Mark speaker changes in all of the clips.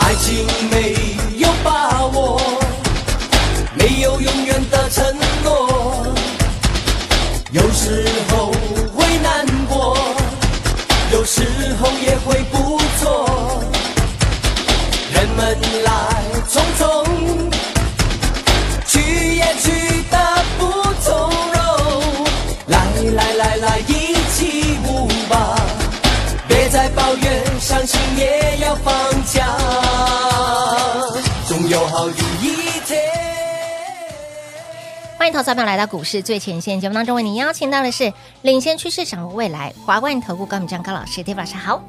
Speaker 1: 爱情没有把握，没有永远的承诺，有时候会难过，有时候也会不错。人们来匆匆，去也去的不从容。来来来来，一起舞吧。别再抱怨，伤心也要放假，总有好的一天。
Speaker 2: 欢迎投资朋友来到股市最前线节目当中，为您邀请到的是领先趋势、掌握未来华冠投顾高敏章高老师，David 老师好。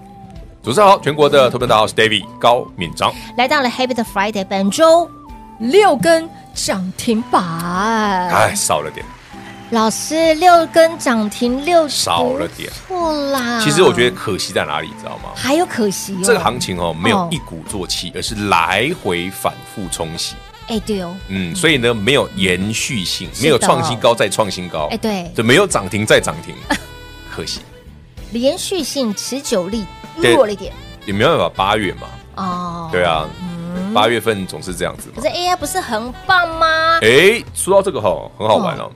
Speaker 3: 主持人好，全国的投资大家好，我是 David 高敏章。
Speaker 2: 来到了 Happy Friday，本周
Speaker 4: 六根涨停
Speaker 2: 呃
Speaker 4: 板，
Speaker 3: 哎，少了点。
Speaker 2: 老师六根涨停六
Speaker 3: 少了点，
Speaker 2: 错啦。
Speaker 3: 其实我觉得可惜在哪里，你知道吗？
Speaker 2: 啊还有可惜、哦，
Speaker 3: 这个行情哦，没
Speaker 2: 哦
Speaker 3: 有一鼓作气，而是来回反复冲洗。
Speaker 2: 哎对哦，
Speaker 3: 嗯，所以呢，没有延续性，
Speaker 2: 的
Speaker 3: 没有创新高再创新高，
Speaker 2: 哎对
Speaker 3: 就没有涨停再涨停，可惜
Speaker 2: 连续性持久力
Speaker 3: 对
Speaker 2: 弱了一点
Speaker 3: 也没办法。八月嘛，
Speaker 2: 哦。
Speaker 3: 对啊，八月份总是这样子嘛
Speaker 2: 可。是 AI 不是很棒吗？
Speaker 3: 哎，说到这个哈，很好玩哦。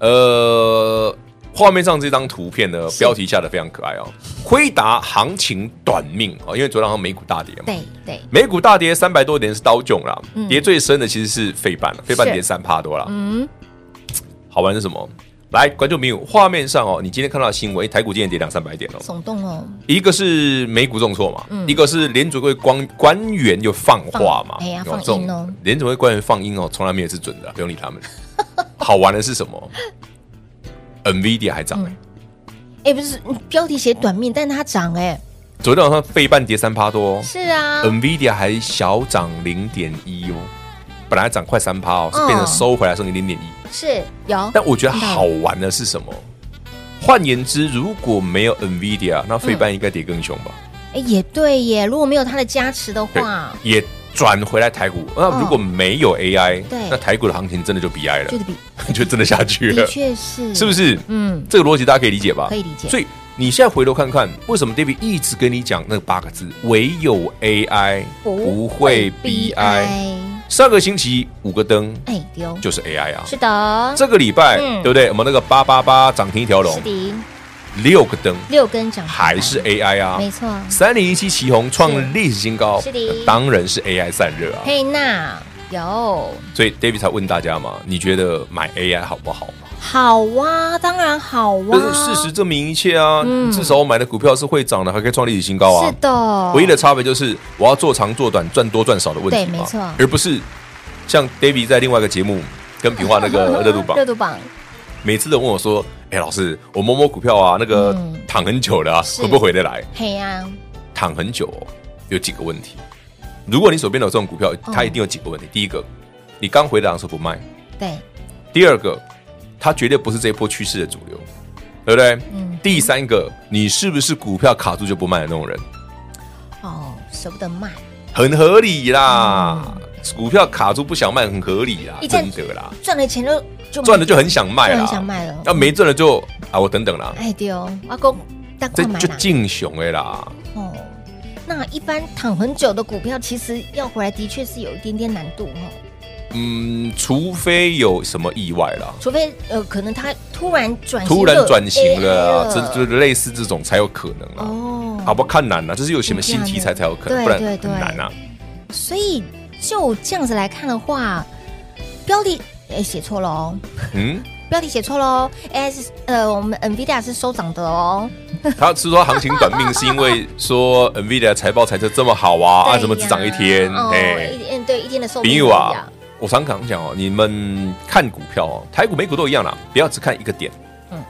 Speaker 3: 呃，画面上这张图片呢，标题下的非常可爱哦。辉达行情短命哦，因为昨天好像美股大跌嘛，
Speaker 2: 对对，
Speaker 3: 美股大跌三百多点是刀囧啦，跌最深的其实是费半了，费半跌三趴多啦。
Speaker 2: 嗯，
Speaker 3: 好玩是什么？来，观众朋友，画面上哦，你今天看到的新闻，诶台股今天跌两三百点哦，
Speaker 2: 耸动哦，
Speaker 3: 一个是美股重挫嘛，
Speaker 2: 嗯
Speaker 3: 一个是联准会官官员又放话嘛，
Speaker 2: 放哎呀
Speaker 3: 有
Speaker 2: 放
Speaker 3: 这种
Speaker 2: 音哦
Speaker 3: 联准会官员放音哦，从来没有是准的，不用 理他们。好玩的是什么？NVIDIA 还
Speaker 2: 嗯
Speaker 3: 涨了、
Speaker 2: 哎不是标题写短命，但它涨哎，
Speaker 3: 昨天晚上费半跌三趴多、哦，
Speaker 2: 是啊，
Speaker 3: NVIDIA 还小涨零点一哦，本来涨快三趴哦，是
Speaker 2: 嗯
Speaker 3: 变成收回来剩零点一。
Speaker 2: 是有
Speaker 3: 但我觉得好玩的是什么？
Speaker 2: 嗯
Speaker 3: 换言之，如果没有 NVIDIA，那费半应该跌更凶吧？
Speaker 2: 哎也对耶，如果没有它的加持的话，
Speaker 3: 也转回来台股。那如果没有 AI，
Speaker 2: 哦对
Speaker 3: 那台股的行情真的就比哀了
Speaker 2: 就，得比
Speaker 3: 就真的下去
Speaker 2: 的
Speaker 3: 了，
Speaker 2: 确是
Speaker 3: 是不
Speaker 2: 是？
Speaker 3: 啊是？
Speaker 2: 嗯，
Speaker 3: 这个逻辑大家可以理解吧？
Speaker 2: 可以理解
Speaker 3: 所以你现在回头看看，为什么 David 一直跟你讲那八个字：唯有 AI 不会比哀。上个星期五个灯
Speaker 2: 哎丢，
Speaker 3: 就是 AI 啊，
Speaker 2: 是的，
Speaker 3: 这个礼拜、
Speaker 2: 嗯
Speaker 3: 对不对？我们那个八八八涨停一条龙
Speaker 2: 是，的，
Speaker 3: 六个灯
Speaker 2: 六根涨停板
Speaker 3: 还是 AI 啊？
Speaker 2: 没错，
Speaker 3: 三零一七旗红创历史新高，
Speaker 2: 是的
Speaker 3: 当然是 AI 散热啊。
Speaker 2: 佩纳有
Speaker 3: 所以 David 才问大家嘛，你觉得买 AI 好不好嘛？
Speaker 2: 好啊，当然好啊，
Speaker 3: 但是事实证明一切啊，
Speaker 2: 嗯
Speaker 3: 至少我买的股票是会涨的，还可以创历史新高啊
Speaker 2: 是。的，
Speaker 3: 唯一的差别就是我要做长做短，赚多赚少的问题嘛，
Speaker 2: 对没错
Speaker 3: 而不是像 David 在另外一个节目跟平话那 个热度榜
Speaker 2: 热，度榜
Speaker 3: 每次都问我说：“哎、老师，我摸摸股票啊，那个
Speaker 2: 嗯
Speaker 3: 躺很久了、啊，
Speaker 2: 是
Speaker 3: 回不回得来？
Speaker 2: 黑啊，
Speaker 3: 躺很久、哦、有几个问题。如果你手边有这种股票，
Speaker 2: 哦
Speaker 3: 它一定有几个问题。第一个，你刚回档的时候不卖；
Speaker 2: 对，
Speaker 3: 第二个，它绝对不是这一波趋势的主流，对不对？
Speaker 2: 嗯
Speaker 3: 第三个，你是不是股票卡住就不卖的那种人？
Speaker 2: 哦，舍不得卖，
Speaker 3: 很合理啦，股票卡住不想卖很合理啦，
Speaker 2: 嗯一旦
Speaker 3: 真的啦，
Speaker 2: 赚了钱就就
Speaker 3: 赚了就很想卖
Speaker 2: 就
Speaker 3: 啦，
Speaker 2: 很想卖了
Speaker 3: 那、没赚了就啊，我等等啦，
Speaker 2: 哎丢，阿公大
Speaker 3: 这
Speaker 2: 快买
Speaker 3: 就
Speaker 2: 啦
Speaker 3: 进熊的啦。
Speaker 2: 哦。那一般躺很久的股票，其实要回来的确是有一点点难度哦，
Speaker 3: 嗯，除非有什么意外啦，
Speaker 2: 除非呃，可能它突然转型
Speaker 3: 突然
Speaker 2: 热
Speaker 3: 转型了啊，
Speaker 2: AI
Speaker 3: 这就是类似这种才有可能啦。
Speaker 2: 哦，
Speaker 3: 好不好看难啊，就是有什么新
Speaker 2: 一定要
Speaker 3: 题材才有可能，
Speaker 2: 对
Speaker 3: 不然
Speaker 2: 对
Speaker 3: 很
Speaker 2: 对
Speaker 3: 难啊。
Speaker 2: 所以就这样子来看的话，标的诶写错了哦，
Speaker 3: 嗯，
Speaker 2: 标题写错喽。哎，是呃，我们 NVIDIA 是收涨的哦。
Speaker 3: 他是说行情短命，是因为说 Nvidia 财报财测这么好啊，啊，
Speaker 2: 对
Speaker 3: 怎么只涨一
Speaker 2: 呀
Speaker 3: 天？
Speaker 2: 哦，
Speaker 3: 哎
Speaker 2: 一，天对一天的收
Speaker 3: 林
Speaker 2: 益
Speaker 3: 友啊，我常常讲哦，你们看股票哦，台股、美股都一样啦，不要只看一个点。
Speaker 2: 嗯
Speaker 3: 嗯，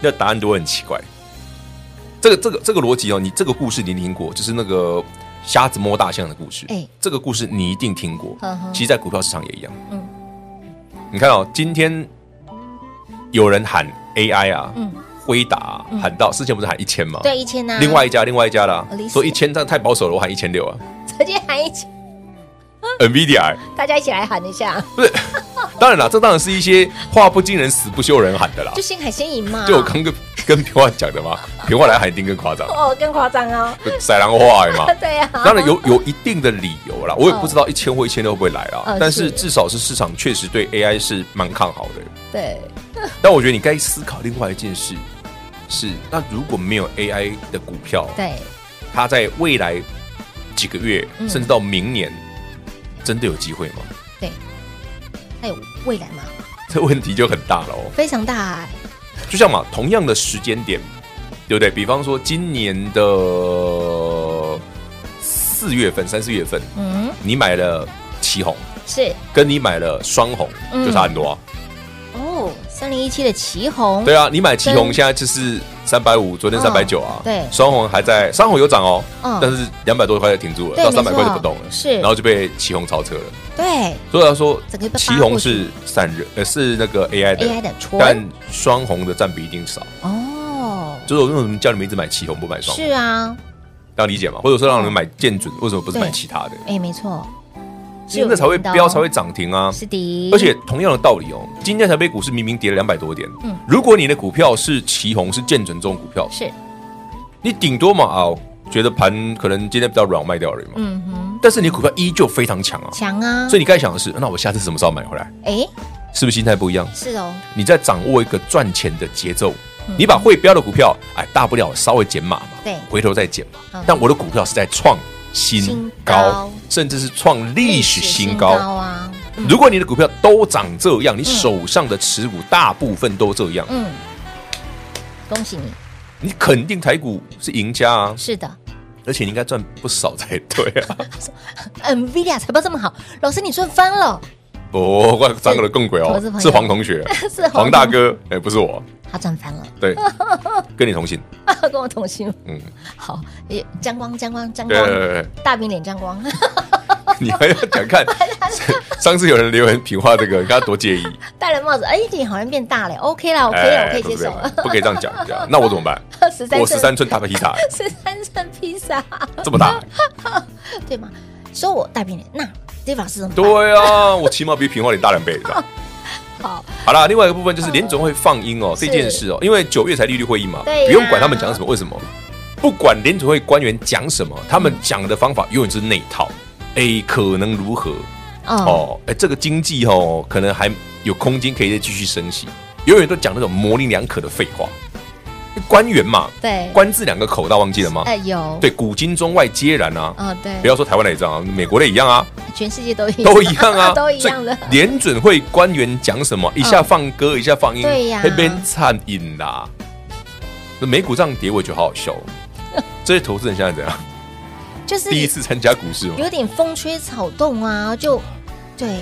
Speaker 3: 那答案都会很奇怪。这个、这个、这个逻辑哦，你这个故事你听过，就是那个瞎子摸大象的故事。
Speaker 2: 哎
Speaker 3: 这个故事你一定听过。
Speaker 2: 呵呵
Speaker 3: 其实，在股票市场也一样。
Speaker 2: 嗯
Speaker 3: 嗯，你看哦，今天有人喊 AI 啊，
Speaker 2: 嗯
Speaker 3: 辉达啊、喊到之前不是喊一千吗？
Speaker 2: 对一千啊呢，
Speaker 3: 另外一家，另外一家啦
Speaker 2: 哦理，解
Speaker 3: 说一千这样太保守了，我喊一千六啊
Speaker 2: 直接喊一起，
Speaker 3: ，NVIDIA 欸
Speaker 2: 大家一起来喊一 下，
Speaker 3: 不是，当然啦，这当然是一些话不惊人死不休人喊的啦
Speaker 2: 就。啊先喊先赢嘛。
Speaker 3: 就我刚跟跟平话讲的嘛，平话来喊一定更夸张，
Speaker 2: 哦，更夸张哦，
Speaker 3: 塞狼话的嘛。
Speaker 2: 对啊呀，
Speaker 3: 当然有有一定的理由啦，我也不知道一千或一千六会不会来啦
Speaker 2: 嗯，
Speaker 3: 但
Speaker 2: 是
Speaker 3: 是至少是市场确实对 AI 是蛮看好的。
Speaker 2: 对，
Speaker 3: 但我觉得你该思考另外一件事，是那如果没有 AI 的股票，
Speaker 2: 对，
Speaker 3: 它在未来几个月
Speaker 2: 嗯
Speaker 3: 甚至到明年，真的有机会吗？
Speaker 2: 还有未来嘛，
Speaker 3: 这问题就很大了哦。
Speaker 2: 非常大哎，
Speaker 3: 就像嘛，同样的时间点，对不对？比方说今年的四月份、三四月份，
Speaker 2: 嗯，
Speaker 3: 你买了旗红，
Speaker 2: 是
Speaker 3: 跟你买了双红
Speaker 2: 嗯
Speaker 3: 就差很多啊。
Speaker 2: 哦，三零一七的旗红，
Speaker 3: 对啊，你买旗红
Speaker 2: 跟
Speaker 3: 现在就是三百五，昨天
Speaker 2: 嗯
Speaker 3: 三百九啊。
Speaker 2: 对
Speaker 3: 双红还在，双红有涨哦
Speaker 2: 嗯，
Speaker 3: 但是两百多块就停住了，
Speaker 2: 对
Speaker 3: 到三百
Speaker 2: 没
Speaker 3: 块就
Speaker 2: 错
Speaker 3: 不动了，
Speaker 2: 是
Speaker 3: 然后就被旗红超车了。
Speaker 2: 对
Speaker 3: 所以他说
Speaker 2: 整个被，扒
Speaker 3: 旗红
Speaker 2: 过去
Speaker 3: 是散热，呃，是那个 AI 的
Speaker 2: AI 的戳
Speaker 3: 但双红的占比一定少。
Speaker 2: 哦，
Speaker 3: 就是我为什么叫你们一直买旗红不买双红？
Speaker 2: 是啊，
Speaker 3: 要理解嘛，或者说让你们买建准，为什么不是买
Speaker 2: 嗯对
Speaker 3: 其他的？
Speaker 2: 哎，没错，
Speaker 3: 因为那才会
Speaker 2: 标，
Speaker 3: 标才会涨停啊。
Speaker 2: 哦是的，
Speaker 3: 而且同样的道理哦，今天台北股市明明跌了两百多点，
Speaker 2: 嗯
Speaker 3: 如果你的股票是旗红是建准这种股票，
Speaker 2: 是，
Speaker 3: 你顶多嘛啊，觉得盘可能今天比较软卖掉而已嘛，
Speaker 2: 嗯哼，
Speaker 3: 但是你股票依旧非常强啊。
Speaker 2: 强啊，
Speaker 3: 所以你该想的是，那我下次什么时候买回来？
Speaker 2: 哎，
Speaker 3: 是不是心态不一样？
Speaker 2: 是哦，
Speaker 3: 你在掌握一个赚钱的节奏。你把会标的股票，哎，大不了稍微减码嘛，
Speaker 2: 对
Speaker 3: 回头再减嘛
Speaker 2: 嗯。
Speaker 3: 但我的股票是在创新
Speaker 2: 新高
Speaker 3: 高，甚至是创历史新高。嗯
Speaker 2: 啊，
Speaker 3: 如果你的股票都长这样，你手上的持股大部分都这样，
Speaker 2: 嗯，恭喜你，
Speaker 3: 你肯定台股是赢家啊，
Speaker 2: 是的。
Speaker 3: 而且你应该赚不少才对啊。
Speaker 2: NVIDIA 财报这么好，老师你赚翻了，
Speaker 3: 哦，我张哥的更鬼
Speaker 2: 投
Speaker 3: 哦
Speaker 2: 资朋，友
Speaker 3: 是黄同学，
Speaker 2: 是黄
Speaker 3: 黄大哥，哎，不是我，
Speaker 2: 他赚翻了，
Speaker 3: 对，跟你同姓，
Speaker 2: 跟我同姓。
Speaker 3: 嗯，
Speaker 2: 好，也沾光沾光沾
Speaker 3: 对
Speaker 2: 光
Speaker 3: 对，对对。
Speaker 2: 大饼脸沾光，
Speaker 3: 你还要讲看？上次有人留言评话这个，你看他多介 意。
Speaker 2: 戴了帽子，哎，脸好像变大了，OK
Speaker 3: 哎
Speaker 2: 啦，我哦可以了，我可以接受 了。
Speaker 3: 不可以这样讲，这样那我怎么办？
Speaker 2: 十 三
Speaker 3: 我十
Speaker 2: 寸
Speaker 3: 三寸大披萨
Speaker 2: 十三寸披萨，
Speaker 3: 这么大，
Speaker 2: 对吗？说我大饼脸，那 Dave 老师怎么办？
Speaker 3: 对啊，我起码比平花你大两倍。这 样
Speaker 2: 好，
Speaker 3: 好啦，另外一个部分就是联总会放鹰哦，这件事哦，因为九月才利率会议嘛，
Speaker 2: 对呀
Speaker 3: 不用管他们讲什么，为什么？不管联总会官员讲什么，他们讲的方法永远是那一套。A 可能如何？
Speaker 2: 哦，
Speaker 3: 哦，哎，这个经济哦，可能还有空间可以再继续升息，永远都讲那种模棱两可的废话。官员嘛，
Speaker 2: 对，
Speaker 3: 官字两个口，大家忘记了吗？
Speaker 2: 哎有，，
Speaker 3: 对，古今中外皆然啊。
Speaker 2: 哦
Speaker 3: 不
Speaker 2: 对，
Speaker 3: 要说台湾的也这样啊，美国的也一 样啊，
Speaker 2: 全世界都一
Speaker 3: 都一样啊，
Speaker 2: 都一样的
Speaker 3: 所以联准会官员讲什么，一下放歌，一下放
Speaker 2: 嗯
Speaker 3: 音，
Speaker 2: 对呀
Speaker 3: 那边惨音啦。那美股这样跌，我觉得好好笑哦。 这些投资人现在怎样？
Speaker 2: 就是
Speaker 3: 第一次参加股市嘛，
Speaker 2: 有点风吹草动啊，就对，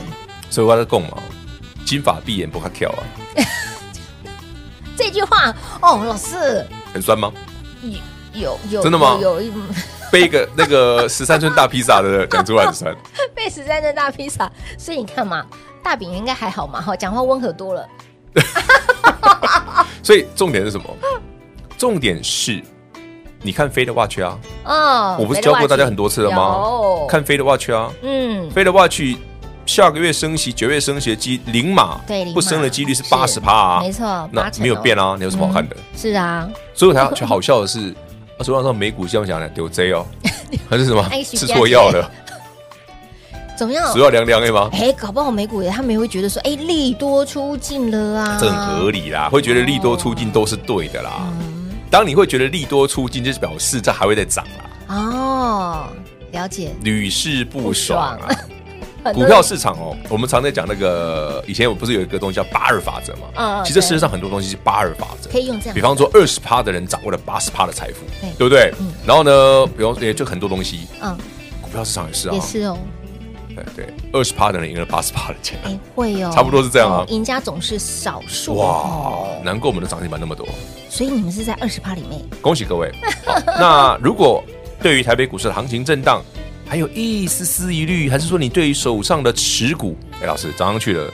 Speaker 3: 所以我在供嘛，金发碧眼不怕跳啊，
Speaker 2: 这句话哦，老师
Speaker 3: 很酸吗？
Speaker 2: 有有
Speaker 3: 真的吗
Speaker 2: 有有嗯
Speaker 3: 背一个那个十三寸大披萨的讲出来很酸，
Speaker 2: 被十三的大披萨，所以你看嘛，大饼应该还好嘛，哈，讲话温和多了。
Speaker 3: 所以重点是什么？重点是，你看飞的 watch 啊，
Speaker 2: 哦，
Speaker 3: 我不是
Speaker 2: 没得
Speaker 3: 教
Speaker 2: 话
Speaker 3: 过大家
Speaker 2: 题
Speaker 3: 很多次了
Speaker 2: 有
Speaker 3: 吗？看飞的 watch 啊，
Speaker 2: 嗯，
Speaker 3: 飞的 watch 下个月升息，九月升息的机零码，
Speaker 2: 对零码
Speaker 3: 不升的几率是八十趴啊，
Speaker 2: 没错，
Speaker 3: 那
Speaker 2: 八成
Speaker 3: 没有
Speaker 2: 哦
Speaker 3: 变，啊，你有什么好看的？
Speaker 2: 是啊，
Speaker 3: 所以我才觉得好笑的是，啊所以我说美股这样讲的丢 Z 哦，还是什么
Speaker 2: 哎是
Speaker 3: 吃错药了，
Speaker 2: 怎么样
Speaker 3: 手？要凉凉的吗？
Speaker 2: 哎，搞不好美股也他们也会觉得说，哎，利多出尽了啊，
Speaker 3: 这很合理啦，会觉得利多出尽都是对的啦。
Speaker 2: 嗯，
Speaker 3: 当你会觉得利多出尽，就是表示这还会再涨啦，
Speaker 2: 哦，了解，
Speaker 3: 屡试不爽啊。
Speaker 4: 很多
Speaker 3: 股票市场哦，我们常在讲那个，以前我不是有一个东西叫八二法则嘛？
Speaker 4: 嗯
Speaker 3: 其实
Speaker 4: 对
Speaker 3: 事实上很多东西是八二法则，
Speaker 2: 可以用这样
Speaker 3: 比方说二十趴的人掌握了八十趴的财富，
Speaker 2: 对
Speaker 3: 对不对？然后呢，比方也就很多东西，
Speaker 2: 嗯，
Speaker 3: 股票市场也是啊，
Speaker 2: 也是哦，
Speaker 3: 对对，二十趴的人赢了八十趴的钱，
Speaker 2: 哎，会哦，
Speaker 3: 差不多是这样
Speaker 2: 哦
Speaker 3: 啊
Speaker 2: 赢家总是少数
Speaker 3: 哇
Speaker 2: 哦，，
Speaker 3: 难怪我们的涨停板那么多，
Speaker 2: 所以你们是在二十趴里面，
Speaker 3: 恭喜各位。好，那如果对于台北股市的行情震荡还有一丝丝疑虑，还是说你对于手上的持股，哎，老师涨上去了，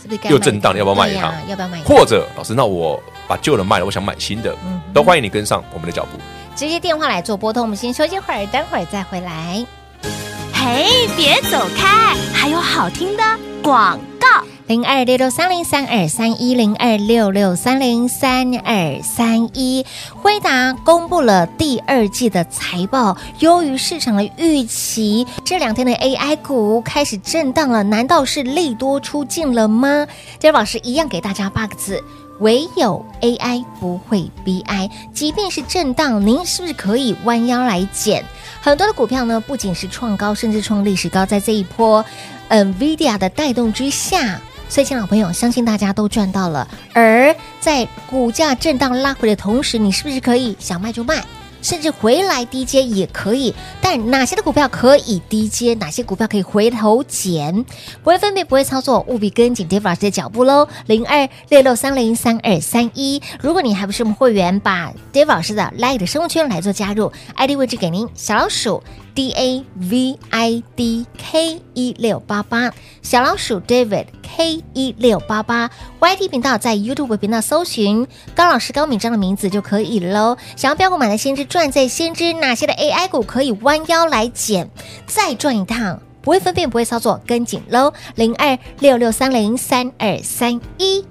Speaker 2: 是不是该
Speaker 3: 又
Speaker 2: 卖
Speaker 3: 震荡
Speaker 2: 的
Speaker 3: 要不要卖一
Speaker 2: 对呀
Speaker 3: 趟
Speaker 2: 要不要卖一趟？
Speaker 3: 或者老师，那我把旧的卖了，我想买新的，
Speaker 2: 嗯
Speaker 3: 都欢迎你跟上我们的脚步。
Speaker 2: 直接电话来做拨通，我们先休息会儿，待会儿再回来。
Speaker 5: 嘿，别走开，还有好听的广告。
Speaker 2: 零二六六三零三二三一零二六六三零三二三一，辉达公布了第二季的财报，优于市场的预期。这两天的 AI 股开始震荡了，难道是利多出尽了吗？今儿老师一样给大家八个字。唯有 AI 不会 BI，即便是震荡，您是不是可以弯腰来捡？很多的股票呢，不仅是创高，甚至创历史高，在这一波嗯 NVIDIA 啊的带动之下。所以，亲爱的朋友，相信大家都赚到了。而在股价震荡拉回的同时，你是不是可以想卖就卖，甚至回来低接也可以？但哪些的股票可以低接，哪些股票可以回头捡？不会分辨，不会操作，务必跟紧 Dave 老师的脚步喽。零二六六三零三二三一，如果你还不是我们会员，把 Dave 老师的 Light 生活圈来做加入，ID 位置给您小老鼠 D A V I D K 一六八八，小老鼠 David K 一六八八，YT 频道在 YouTube 频道搜寻高老师高敏章的名字就可以喽。想要标股买的先知，赚在先知，哪些的 AI 股可以弯腰来捡，再赚一趟。不会分辨，不会操作，跟紧喽！零二六六三零三二三一。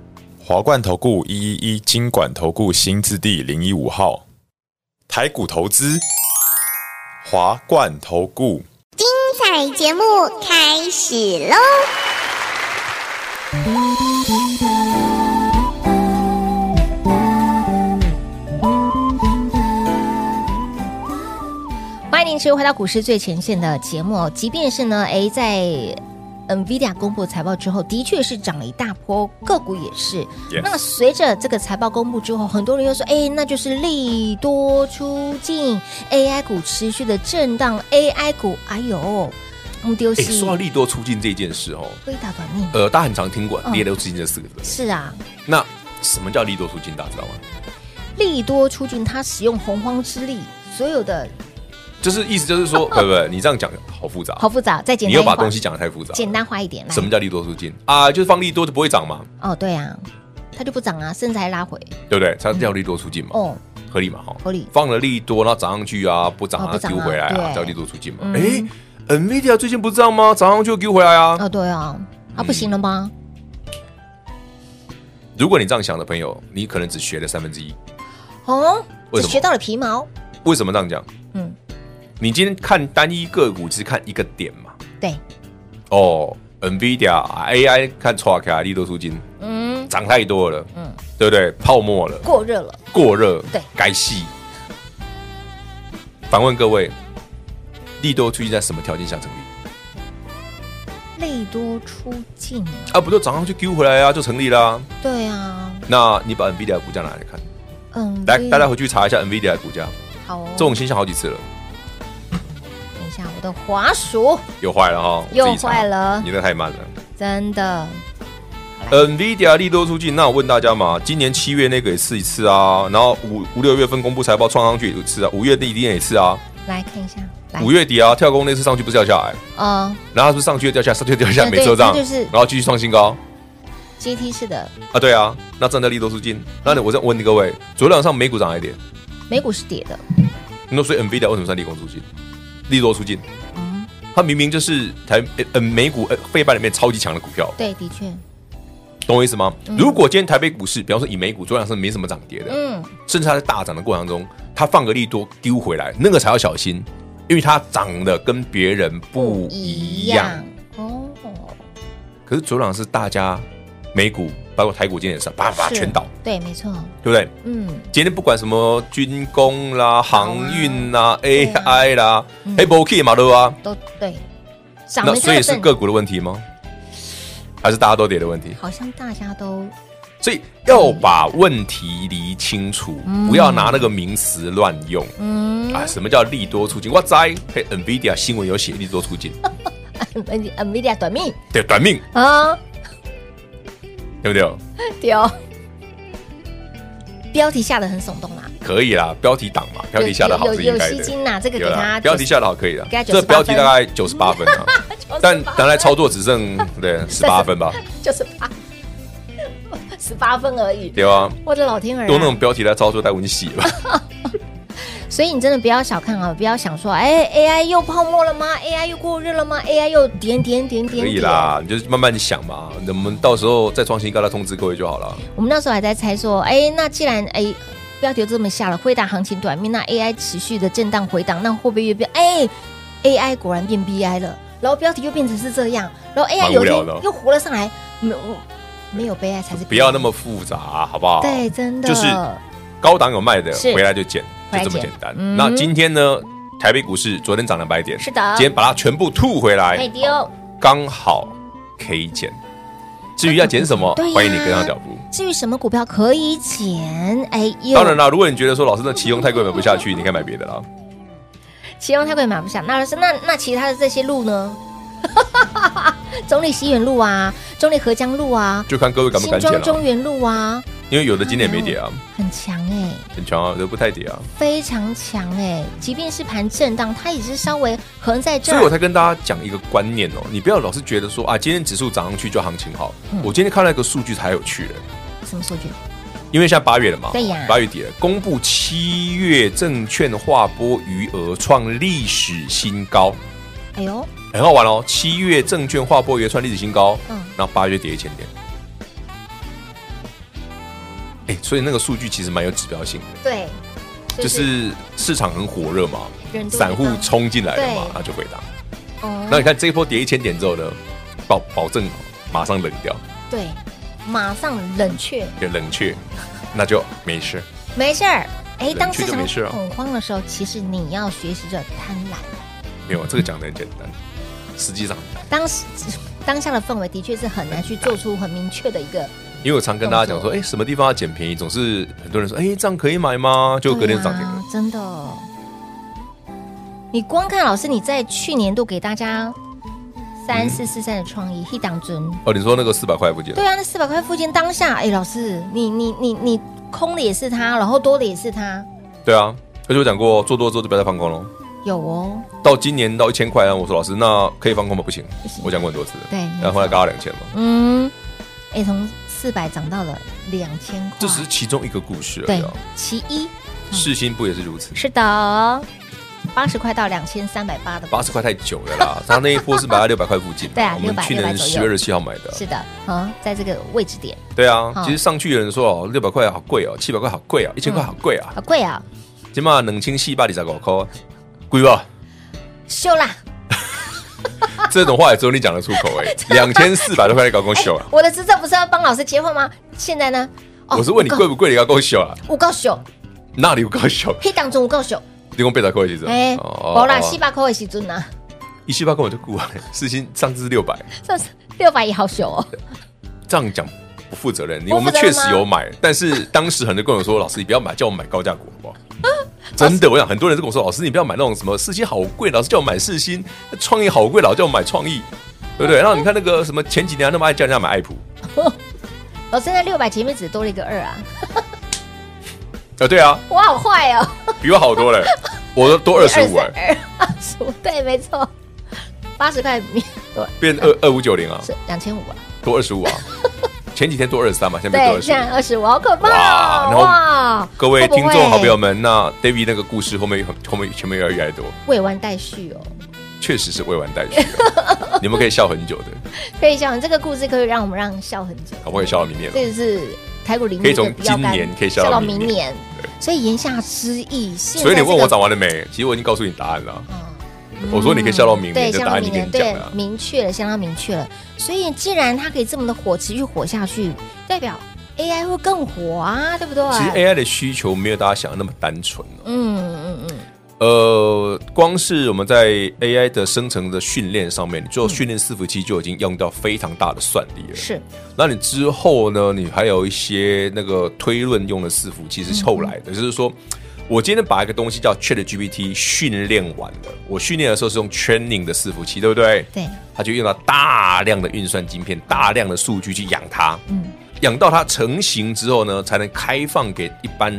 Speaker 6: 华冠投顾一一一金管投顾新字第零一五号，台股投资，华冠投顾。
Speaker 7: 彩节目开始喽！
Speaker 2: 欢迎您持续回到股市最前线的节目哦。即便是呢，诶，在 NVIDIA 公布财报之后，的确是涨了一大波，个股也是。
Speaker 6: Yes
Speaker 2: 那随着这个财报公布之后，很多人又说，哎，那就是利多出尽，AI 股持续的震荡，AI 股，哎呦，嗯，丢
Speaker 3: 哎，
Speaker 2: 西
Speaker 3: 说到利多出尽这件事哦，
Speaker 2: 会打短命。
Speaker 3: 呃，大家很常听过
Speaker 2: 嗯
Speaker 3: “利多出尽”这四个字。
Speaker 2: 是啊，
Speaker 3: 那什么叫利多出尽？大家知道吗？
Speaker 2: 利多出尽，他使用洪荒之力，所有的
Speaker 3: 就是意思就是 说，不不不，你这样讲好复杂，
Speaker 2: 好复杂，再简
Speaker 3: 啊
Speaker 2: 单
Speaker 3: 你又
Speaker 2: 一
Speaker 3: 把
Speaker 2: 会儿
Speaker 3: 东西讲的太复杂。
Speaker 2: 简单，化一点来
Speaker 3: 什。么叫利多出尽啊？就是放利多就不会涨嘛，
Speaker 2: 哦，对啊，它就不涨啊，甚至还拉回。
Speaker 3: 对不对？它叫利多出尽嘛，
Speaker 2: 哦，
Speaker 3: 合理嘛？哈，
Speaker 2: 合理
Speaker 3: 放了利多，然后涨上去啊，不涨
Speaker 2: 哦
Speaker 3: 啊
Speaker 2: 不涨啊
Speaker 3: 丢回来啊，
Speaker 2: 对
Speaker 3: 叫利多出尽嘛。
Speaker 2: 嗯
Speaker 3: 哎，NVIDIA 最近不是这样吗？涨上去又丢回来啊。
Speaker 2: 哦，对啊，啊，不行了吗？
Speaker 3: 如果你这样想的朋友，你可能只学了三分之一。
Speaker 2: 哦，只
Speaker 3: 为什么
Speaker 2: 学到了皮毛。
Speaker 3: 为什么这样讲？
Speaker 2: 嗯，
Speaker 3: 你今天看单一个股，只看一个点嘛。
Speaker 2: 对，
Speaker 3: 哦，NVIDIA、AI 看 t r a c 啊，利多出金
Speaker 2: 嗯，
Speaker 3: 涨太多了，
Speaker 2: 嗯
Speaker 3: 嗯，对不对？泡沫了，
Speaker 2: 过热了。
Speaker 3: 过热，
Speaker 2: 对
Speaker 3: 该洗。反问各位，利多出尽在什么条件下成立？
Speaker 2: 利多出尽啊，
Speaker 3: 啊，不就涨上去丢回来啊，就成立啦、
Speaker 2: 对啊，
Speaker 3: 那你把 NVIDIA 的股价拿来看，
Speaker 2: 嗯，
Speaker 3: 来，大家回去查一下 NVIDIA 的股价，
Speaker 2: 好哦，
Speaker 3: 这种现象好几次了，
Speaker 2: 等一下，我的滑鼠
Speaker 3: 又坏了哈，
Speaker 2: 又
Speaker 3: 自己查
Speaker 2: 坏了
Speaker 3: 你那太慢了。
Speaker 2: 真的
Speaker 3: NVIDIA 利多出尽，那我问大家嘛，今年七月那个也试一次啊，然后五五六月份公布财报创上去也是啊，五月底一定也是啊，
Speaker 2: 来看一下，来
Speaker 3: 五月底啊跳空那次上去不是要下来，
Speaker 2: 呃
Speaker 3: 然后它是不是上去又掉下来，上去又掉下来
Speaker 2: 嗯
Speaker 3: 没遮
Speaker 2: 对
Speaker 3: 涨，
Speaker 2: 这就是
Speaker 3: 然后继续创新高
Speaker 2: GT 式的
Speaker 3: 啊，对啊，那站在利多出尽，那你我再问各位，昨天晚上美股涨了一点，
Speaker 2: 美股是跌的，
Speaker 3: 那所以 NVIDIA 为什么算利空出尽？利多出尽，它明明就是台呃呃美股呃费半里面超级强的股票，
Speaker 2: 对，的确，
Speaker 3: 懂我意思吗？如果今天台北股市，比方说以美股昨天晚上没什么涨跌的，
Speaker 2: 嗯，
Speaker 3: 甚至它在大涨的过程当中，它放个利多丢回来，那个才要小心，因为它涨的跟别人不一样。
Speaker 2: 哦，
Speaker 3: 可是昨天晚上是大家美股包括台股今天也是，啪啪啪
Speaker 2: 是
Speaker 3: 全倒，
Speaker 2: 对，没错，
Speaker 3: 对不对？
Speaker 2: 嗯，
Speaker 3: 今天不管什么军工啦、航运啦、
Speaker 2: 对啊
Speaker 3: AI 啦
Speaker 2: 嗯，
Speaker 3: 哎，不 key 嘛对吧？
Speaker 2: 都对，涨
Speaker 3: 那
Speaker 2: 了
Speaker 3: 所以是
Speaker 2: 个，
Speaker 3: 个股的问题吗？还是大家都跌的问题？
Speaker 2: 好像大家都
Speaker 3: 所以要把问题理清楚，不要拿那个名词乱用。
Speaker 2: 嗯
Speaker 3: 啊，什么叫利多出尽？我在嘿，NVIDIA 新闻有写利多出尽，
Speaker 2: ，NVIDIA 呃短命
Speaker 3: 对，短命，
Speaker 2: 啊，
Speaker 3: 对不对？
Speaker 2: 丢，标题下的很耸动啊，
Speaker 3: 可以啦，标题党嘛，标题下的好
Speaker 2: 有
Speaker 3: 是
Speaker 2: 有
Speaker 3: 应
Speaker 2: 有
Speaker 3: 该
Speaker 2: 吸
Speaker 3: 的。
Speaker 2: 睛呐，这个给
Speaker 3: 有啦
Speaker 2: 他
Speaker 3: 标题下的好可以的
Speaker 2: 给他，98
Speaker 3: 这标题
Speaker 2: 分
Speaker 3: 大概九十八分 啊，但拿来操作只剩对十八分 吧，
Speaker 2: 就是八十八分而已，
Speaker 3: 对吧？
Speaker 2: 我的老天儿啊，
Speaker 3: 用那种标题来操作，带文洗吧。
Speaker 2: 所以你真的不要小看啊，不要想说，哎，AI 又泡沫了吗？AI 又过热了吗？AI 又点点点点啊
Speaker 3: 可以
Speaker 2: 点。
Speaker 3: 啦，你就慢慢想嘛，我们到时候再创新高来通知各位就好了。
Speaker 2: 我们那时候还在猜说，哎，那既然哎标题都这么下了，回答行情短命，那 AI 持续的震荡回档，那会不会越变？哎，AI 果然变 BI 了，然后标题又变成是这样，然后 AI
Speaker 3: 蛮
Speaker 2: 有
Speaker 3: 无
Speaker 2: 一
Speaker 3: 聊
Speaker 2: 天
Speaker 3: 的哦
Speaker 2: 又活了上来，没有没有悲哀才是
Speaker 3: 不要那
Speaker 2: 么
Speaker 3: 么复杂，好不好？
Speaker 2: 对，真的
Speaker 3: 就是高档有卖的
Speaker 2: 是，
Speaker 3: 回来就捡，
Speaker 2: 回
Speaker 3: 就
Speaker 2: 来
Speaker 3: 这么
Speaker 2: 捡
Speaker 3: 简单。
Speaker 2: 嗯
Speaker 3: 那今天呢，台北股市昨天涨两百点，
Speaker 2: 是的哎
Speaker 3: 今天把它全部吐回来
Speaker 2: 可以，丢。
Speaker 3: 刚好可以捡。至于要捡什么
Speaker 2: 对呀，
Speaker 3: 欢迎你跟上脚步。
Speaker 2: 至于什么股票可以减，哎，又
Speaker 3: 当然啦，如果你觉得说老师那奇用太贵买不下去，你可以买别的啦。
Speaker 2: 其中太贵买不下。那老师，那那其他的这些路呢？ 中立西远路啊，中立合江路啊，
Speaker 3: 就看各位敢不
Speaker 2: 新
Speaker 3: 敢捡
Speaker 2: 庄
Speaker 3: 了
Speaker 2: 中，原路啊，
Speaker 3: 因为有的今天也没跌啊，
Speaker 2: 很强哎、
Speaker 3: 很强啊，有的不太跌啊，
Speaker 2: 非常强哎、即便是盘震荡，它也是稍微横在这
Speaker 3: 所以我
Speaker 2: 儿。
Speaker 3: 才跟大家讲一个观念哦，你不要老是觉得说啊，今天指数涨上去就行情好。
Speaker 2: 嗯
Speaker 3: 我今天看到一个数据才有趣的，
Speaker 2: 什么数据？
Speaker 3: 因为现在八月了嘛，
Speaker 2: 对呀
Speaker 3: 八月底了，公布七月证券划拨余额创历史新高，
Speaker 2: 哎呦，
Speaker 3: 很好玩哦。七月证券划拨余额创历史新高，
Speaker 2: 嗯
Speaker 3: 然后八月跌一千点，哎、所以那个数据其实蛮有指标性的，
Speaker 2: 对，
Speaker 3: 就是市场很火热嘛，
Speaker 2: 人多地
Speaker 3: 散户
Speaker 2: 方
Speaker 3: 冲进来了嘛
Speaker 2: 对，
Speaker 3: 那就回档。
Speaker 2: 哦
Speaker 3: 那你看这一波跌一千点之后呢，保保证马上冷掉，
Speaker 2: 对，马上冷却，
Speaker 3: 就冷却，那就没事。
Speaker 2: 没事儿。哎，
Speaker 3: 冷
Speaker 2: 当
Speaker 3: 却
Speaker 2: 市
Speaker 3: 就
Speaker 2: 场
Speaker 3: 没事啊
Speaker 2: 恐慌的时候，其实你要学习着贪婪。
Speaker 3: 没有，这个讲的很简单，实际上。
Speaker 2: 当时当下的氛围的确是很难去做出很明确的一个
Speaker 3: 因为我常跟大家讲说，哎，什么地方要捡便宜，总是很多人说，哎，这样可以买吗？就隔天涨停
Speaker 2: 对啊
Speaker 3: 了。
Speaker 2: 真的哦。你光看老师你在去年度给大家三四四三的创意一档尊，
Speaker 3: 哦，你说那个四百块不见了，
Speaker 2: 对啊，那四百块附近当下，哎，老师，你你你你空的也是它，然后多的也是它，
Speaker 3: 对啊，而且我讲过，做多之后就不要再放空喽。
Speaker 2: 有哦，
Speaker 3: 到今年到一千块，然啊后我说老师，那可以放空吗？不行
Speaker 2: 不行，
Speaker 3: 我讲过很多次。
Speaker 2: 对没错
Speaker 3: 然后后来高到两千嘛，
Speaker 2: 嗯，哎，从四百涨到了两千块，
Speaker 3: 这只是其中一个故事而已
Speaker 2: 对嗯
Speaker 3: 啊。
Speaker 2: 其一，
Speaker 3: 世新不也是如此？
Speaker 2: 是的，八十块到两千三百八的，
Speaker 3: 八十块太久了 啦，它那一波是买在六百块附近嘛，
Speaker 2: 对啊
Speaker 3: 我们
Speaker 2: 600
Speaker 3: 去年
Speaker 2: 600左
Speaker 3: 十
Speaker 2: 右
Speaker 3: 月二十七号买的啊，
Speaker 2: 是的，嗯，在这个位置点，
Speaker 3: 对啊
Speaker 2: 好。
Speaker 3: 其实上去有人说哦，六百块好贵哦，七百块好贵啊，一千块好贵啊，
Speaker 2: 好贵啊，
Speaker 3: 起码冷清四百二十五块，贵吧？
Speaker 2: 秀啦，
Speaker 3: 这种话也只有你讲得出口 哎、两千四百多块你搞公修啊！
Speaker 2: 我的职责不是要帮老师结婚吗？现在呢？
Speaker 3: 我是问你贵
Speaker 2: 哎哦不？
Speaker 3: 不贵，你搞公修啊？
Speaker 2: 我够秀，
Speaker 3: 那你有搞修？
Speaker 2: 黑当中我够秀。
Speaker 3: 你讲八十块其实，
Speaker 2: 哎，
Speaker 3: 哦
Speaker 2: 无啦，七百块的时阵啊呐，
Speaker 3: 一七八跟我就过了，四星上至六百，
Speaker 2: 上次六百也好秀哦。
Speaker 3: 这样讲不负责任。你
Speaker 2: 不
Speaker 3: 我
Speaker 2: 负责任吗
Speaker 3: 们确实有买，但是当时很多人跟我说，老师你不要买，叫我们买高价股好不好？真的，我想很多人都跟我说，老师你不要买那种什么四星好贵，老师叫我买四星，创意好贵，老师叫我买创意，对不
Speaker 2: 嗯
Speaker 3: 对？然后你看那个什么前几年还那么爱叫人家买爱普，
Speaker 2: 老师那六百前面只多了一个二啊，
Speaker 3: 啊对啊，
Speaker 2: 我好坏哦，
Speaker 3: 比我好 多嘞，我都多二十五哎，
Speaker 2: 二啊十五，对，没错，八十块比多
Speaker 3: 变二二五九零啊。
Speaker 2: 是两千五啊，
Speaker 3: 多二十 五啊，前几天多二十三嘛，现在变
Speaker 2: 对，
Speaker 3: 多二十
Speaker 2: 现在
Speaker 3: 五。
Speaker 2: 二十五，好可怕
Speaker 3: 哇然
Speaker 2: 哦
Speaker 3: 后
Speaker 2: 哇！
Speaker 3: 各位
Speaker 2: 会不
Speaker 3: 听
Speaker 2: 会
Speaker 3: 众好朋友们，那 David 那个故事后面后面前面越来越多，
Speaker 2: 未完待续哦。
Speaker 3: 确实是未完待续啊， 你们可以笑很久的，
Speaker 2: 可以想这个故事可以让我们让人笑很久，
Speaker 3: 好不好？可以笑到明年了。
Speaker 2: 这是台股零
Speaker 3: 可以从今年可以笑到
Speaker 2: 明
Speaker 3: 明年
Speaker 2: 年
Speaker 3: 对，
Speaker 2: 所以言下之意，现在
Speaker 3: 所以你问
Speaker 2: 这
Speaker 3: 我
Speaker 2: 个
Speaker 3: 涨完了没？其实我已经告诉你答案了。
Speaker 2: 嗯
Speaker 3: 我说你可以笑到明
Speaker 2: 对，
Speaker 3: 年，就
Speaker 2: 相
Speaker 3: 答
Speaker 2: 当
Speaker 3: 案已
Speaker 2: 明年
Speaker 3: 经讲
Speaker 2: 对
Speaker 3: 了啊。
Speaker 2: 明确了，相当明确了。所以既然它可以这么的火，持续火下去，代表 AI 会更火啊，对不对？
Speaker 3: 其实 AI 的需求没有大家想的那么单纯哦。
Speaker 2: 嗯嗯嗯，
Speaker 3: 呃，光是我们在 AI 的生成的训练上面，你做训练伺服器就已经用到非常大的算力了。
Speaker 2: 是
Speaker 3: 那你之后呢？你还有一些那个推论用的伺服器是后
Speaker 2: 嗯
Speaker 3: 来的，就是说我今天把一个东西叫 Chat GPT 训练完了，我训练的时候是用 training 的伺服器，对不对？
Speaker 2: 对，
Speaker 3: 它就用到大量的运算晶片、大量的数据去养它，养到它成型之后呢，才能开放给一般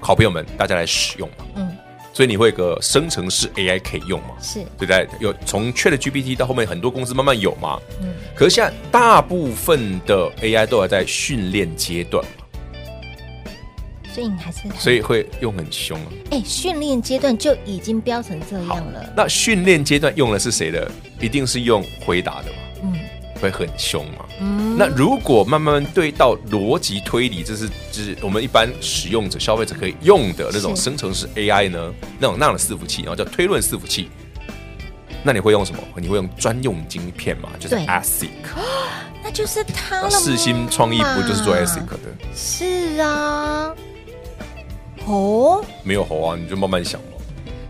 Speaker 3: 好朋友们大家来使用嘛。
Speaker 2: 嗯
Speaker 3: 所以你会有个生成式 AI 可以用嘛？
Speaker 2: 是
Speaker 3: 对不对？有从 Chat GPT 到后面很多公司慢慢有嘛。可是现在大部分的 AI 都还在训练阶段，
Speaker 2: 所以你还是
Speaker 3: 所以会用很凶啊。
Speaker 2: 哎，训练阶段就已经标成这
Speaker 3: 好
Speaker 2: 样了，，
Speaker 3: 那训练阶段用的是谁的？一定是用回答的嘛。
Speaker 2: 嗯
Speaker 3: 会很凶嘛。那如果慢慢对到逻辑推理，这是就是我们一般使用者、消费者可以用的那种
Speaker 2: 是
Speaker 3: 生成式 AI 呢，那种那样的伺服器，然哦后叫推论伺服器。那你会用什么？你会用专用晶片嘛？就是
Speaker 2: 对
Speaker 3: ASIC。
Speaker 2: 那就是它
Speaker 3: 那
Speaker 2: 了。啊
Speaker 3: 世新创意不就是做 ASIC 的？
Speaker 2: 是啊，哦，
Speaker 3: 没有猴啊，你就慢慢想嘛。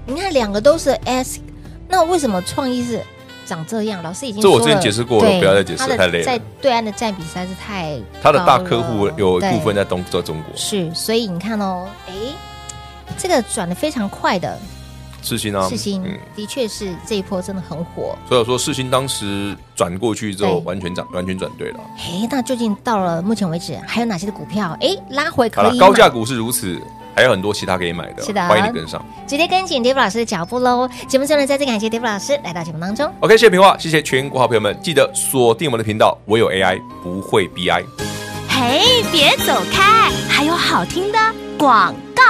Speaker 2: 你看两个都是 S，那为什么创意是长这样？老师已经
Speaker 3: 这我
Speaker 2: 说
Speaker 3: 之前
Speaker 2: 了
Speaker 3: 解释过了
Speaker 2: 对
Speaker 3: 不要再解释
Speaker 2: 它的
Speaker 3: 太累了
Speaker 2: 在对岸的占比实在是太
Speaker 3: 他的大
Speaker 2: 高了
Speaker 3: 客户有一部
Speaker 2: 对
Speaker 3: 分在东在中国，
Speaker 2: 是，所以你看哦，哎，这个转的非常快的
Speaker 3: 世新啊，
Speaker 2: 事情，的确是这一波真的很火。
Speaker 3: 所以我说世新当时转过去之后，
Speaker 2: 对
Speaker 3: 完全转完全转对了。
Speaker 2: 哎，那究竟到了目前为止，还有哪些的股票哎拉回可
Speaker 3: 好了，
Speaker 2: 以
Speaker 3: 高价
Speaker 2: 买
Speaker 3: 股是如此，还有很多其他可以买的，
Speaker 2: 是的
Speaker 3: 欢迎你跟上。
Speaker 2: 直接跟紧 Dave 老师的脚步喽。节目最后呢，再次感谢 Dave 老师来到节目当中。
Speaker 3: OK，谢谢平话，谢谢全国好朋友们，记得锁定我们的频道，我有 AI 不会 BI。
Speaker 5: 嘿，别走开，还有好听的广告。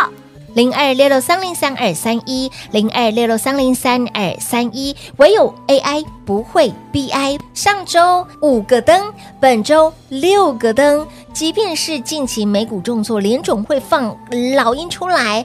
Speaker 2: 零二六六三零三二三一，零二六六三零三二三一，唯有 AI 不会 BI。上周五个灯，本周六个灯，即便是近期美股重挫，联总会放老鹰出来。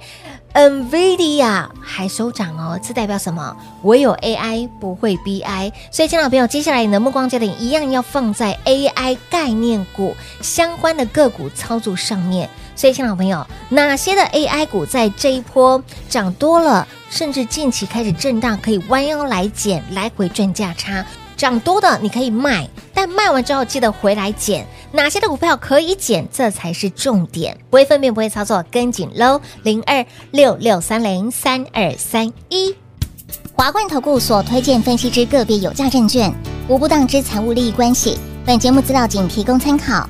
Speaker 2: NVIDIA 还收涨哦，这代表什么？唯有 AI 不会 BI，所以，亲爱的朋友，接下来你的目光焦点一样要放在 AI 概念股相关的个股操作上面。所以，亲爱的朋友，哪些的 AI 股在这一波涨多了，甚至近期开始震荡，可以弯腰来捡，来回赚价差？涨多的你可以卖，但卖完之后记得回来捡。哪些的股票可以减，这才是重点。不会分辨，不会操作，跟紧喽！零二六六三零三二三一。
Speaker 7: 华冠投顾所推荐分析之个别有价证券，无不当之财务利益关系。本节目资料仅提供参考，